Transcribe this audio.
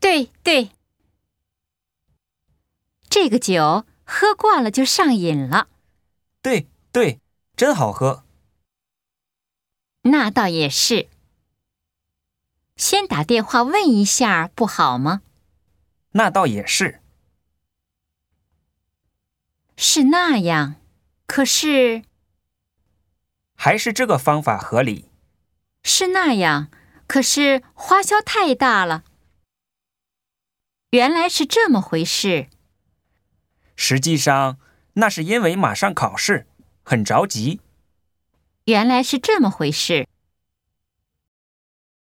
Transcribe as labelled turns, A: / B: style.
A: 对对，这个酒喝惯了就上瘾了，
B: 对对，真好喝。
A: 那倒也是。先打电话问一下不好吗？
B: 那倒也是，
A: 是那样，可是
B: 还是这个方法合理。
A: 是那样，可是花销太大了。原来是这么回事，
B: 实际上，那是因为马上考试，很着急。
A: 原来是这么回事。